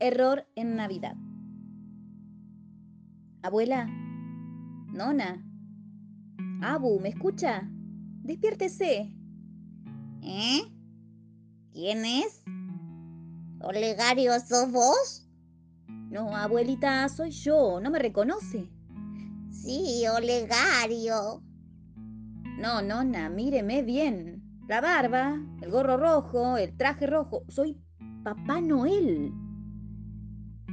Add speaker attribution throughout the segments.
Speaker 1: Error en Navidad. Abuela, nona, Abu, ¿me escucha? Despiértese.
Speaker 2: ¿Eh? ¿Quién es? ¿Olegario sos vos?
Speaker 1: No, abuelita, soy yo. No me reconoce.
Speaker 2: Sí, Olegario.
Speaker 1: No, nona, míreme bien. La barba, el gorro rojo, el traje rojo. Soy Papá Noel.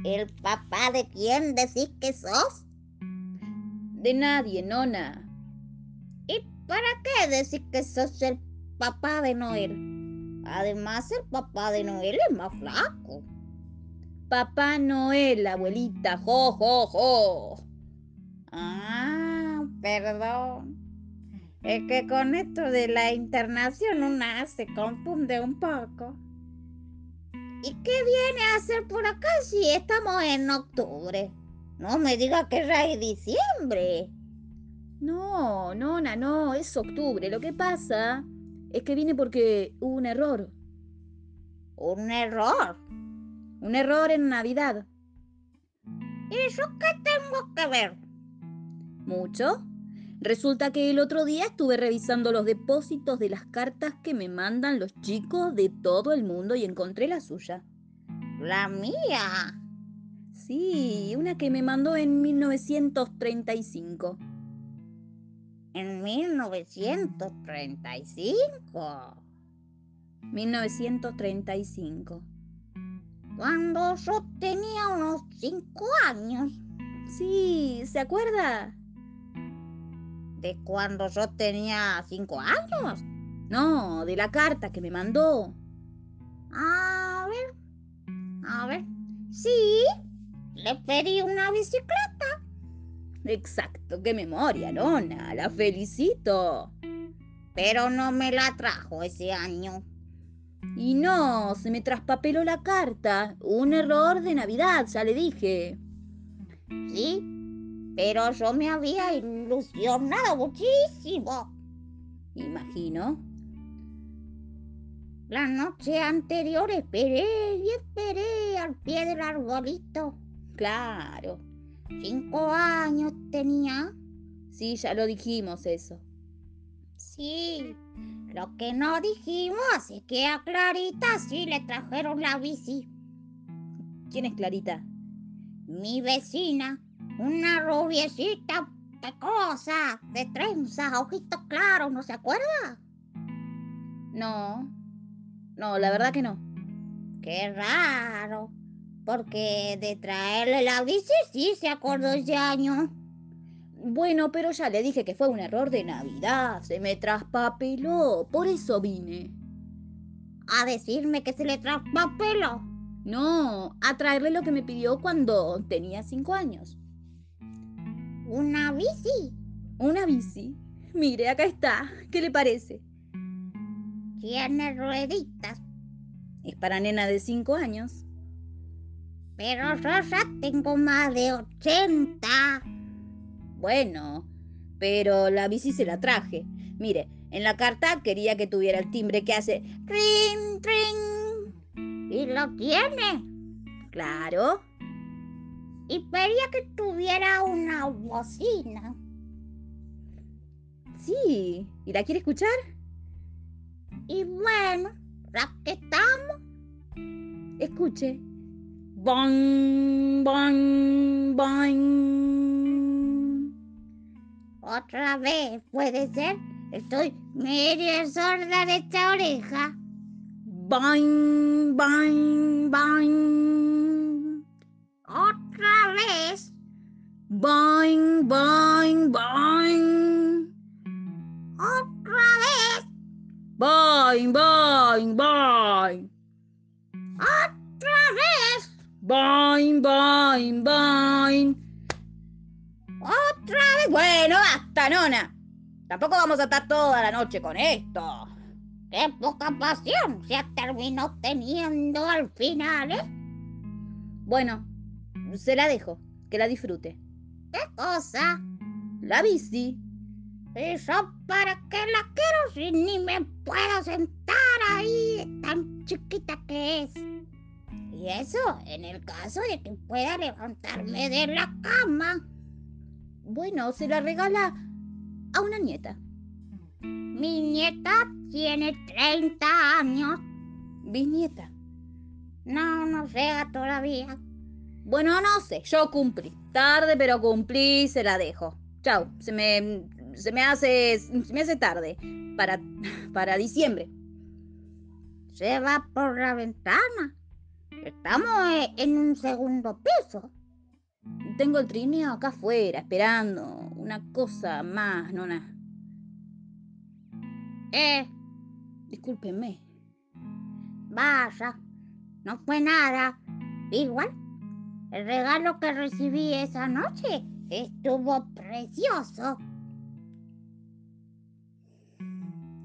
Speaker 2: ¿El papá de quién decís que sos?
Speaker 1: De nadie, nona.
Speaker 2: ¿Y para qué decís que sos el papá de Noel? Además, el papá de Noel es más flaco.
Speaker 1: Papá Noel, abuelita, jo, jo, jo.
Speaker 2: Ah, perdón. Es que con esto de la internación una se confunde un poco. ¿Y qué viene a hacer por acá si estamos en octubre? No me digas que ya es diciembre.
Speaker 1: No, nona, no, es octubre. Lo que pasa es que viene porque hubo un error.
Speaker 2: Un error.
Speaker 1: Un error en Navidad.
Speaker 2: ¿Y yo qué tengo que ver?
Speaker 1: Mucho. Resulta que el otro día estuve revisando los depósitos de las cartas que me mandan los chicos de todo el mundo y encontré la suya.
Speaker 2: La mía.
Speaker 1: Sí, una que me mandó en 1935.
Speaker 2: En 1935.
Speaker 1: 1935.
Speaker 2: Cuando yo tenía unos 5 años.
Speaker 1: Sí, ¿se acuerda?
Speaker 2: ¿De cuando yo tenía cinco años?
Speaker 1: No, de la carta que me mandó.
Speaker 2: A ver, a ver. Sí, le pedí una bicicleta.
Speaker 1: Exacto, qué memoria, nona. La felicito.
Speaker 2: Pero no me la trajo ese año.
Speaker 1: Y no, se me traspapeló la carta. Un error de Navidad, ya le dije.
Speaker 2: Sí, pero yo me había ilusionado muchísimo.
Speaker 1: Imagino.
Speaker 2: La noche anterior esperé y esperé al pie del arbolito.
Speaker 1: Claro.
Speaker 2: Cinco años tenía.
Speaker 1: Sí, ya lo dijimos eso.
Speaker 2: Sí. Lo que no dijimos es que a Clarita sí le trajeron la bici.
Speaker 1: ¿Quién es Clarita?
Speaker 2: Mi vecina una rubiecita pecosa, de trenzas, ojitos claros, ¿no se acuerda?
Speaker 1: No, no, la verdad que no.
Speaker 2: Qué raro, porque de traerle la bici sí se acordó ese año.
Speaker 1: Bueno, pero ya le dije que fue un error de Navidad, se me traspapeló, por eso vine.
Speaker 2: ¿A decirme que se le traspapeló?
Speaker 1: No, a traerle lo que me pidió cuando tenía cinco años.
Speaker 2: Una bici.
Speaker 1: Una bici. Mire, acá está. ¿Qué le parece?
Speaker 2: Tiene rueditas.
Speaker 1: Es para nena de 5 años. Mm.
Speaker 2: Pero yo ya tengo más de 80.
Speaker 1: Bueno, pero la bici se la traje. Mire, en la carta quería que tuviera el timbre que hace ring, ring.
Speaker 2: ¿Y lo tiene?
Speaker 1: Claro
Speaker 2: y pedía que tuviera una bocina.
Speaker 1: Sí, ¿y la quiere escuchar?
Speaker 2: Y bueno, la que estamos.
Speaker 1: Escuche. Bang, bang, bang.
Speaker 2: Otra vez, puede ser. Estoy medio sorda de esta oreja.
Speaker 1: Bang, bang, bang.
Speaker 2: Otra vez.
Speaker 1: Boing, boing, boing.
Speaker 2: Otra vez.
Speaker 1: Boing, boing, boing.
Speaker 2: Otra vez.
Speaker 1: Boing, boing, boing.
Speaker 2: Otra vez.
Speaker 1: Bueno, basta, nona. Tampoco vamos a estar toda la noche con esto.
Speaker 2: Qué poca pasión se terminó teniendo al final, ¿eh?
Speaker 1: Bueno, se la dejo, que la disfrute.
Speaker 2: ¿Qué cosa?
Speaker 1: La bici.
Speaker 2: ¿Y yo para qué la quiero si ni me puedo sentar ahí, tan chiquita que es?
Speaker 3: Y eso en el caso de que pueda levantarme de la cama.
Speaker 2: Bueno, se la regala a una nieta.
Speaker 3: Mi nieta tiene 30 años.
Speaker 2: Bisnieta.
Speaker 3: No, no llega todavía.
Speaker 2: Bueno, no sé, yo cumplí. Tarde, pero cumplí, se la dejo. Chau, se me, se me hace, se me hace tarde. Para, para diciembre.
Speaker 3: Se va por la ventana. Estamos eh, en un segundo piso.
Speaker 2: Tengo el trineo acá afuera, esperando una cosa más, nona.
Speaker 3: Eh,
Speaker 2: Discúlpeme.
Speaker 3: vaya. No fue nada. Igual, el regalo que recibí esa noche estuvo precioso.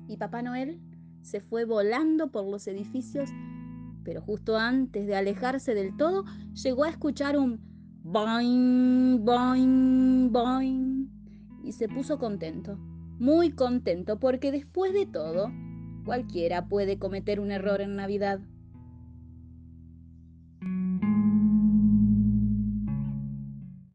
Speaker 2: Y Papá Noel se fue volando por los edificios, pero justo antes de alejarse del todo, llegó a escuchar un boing, boing, boing. Y se puso contento, muy contento, porque después de todo, cualquiera puede cometer un error en Navidad.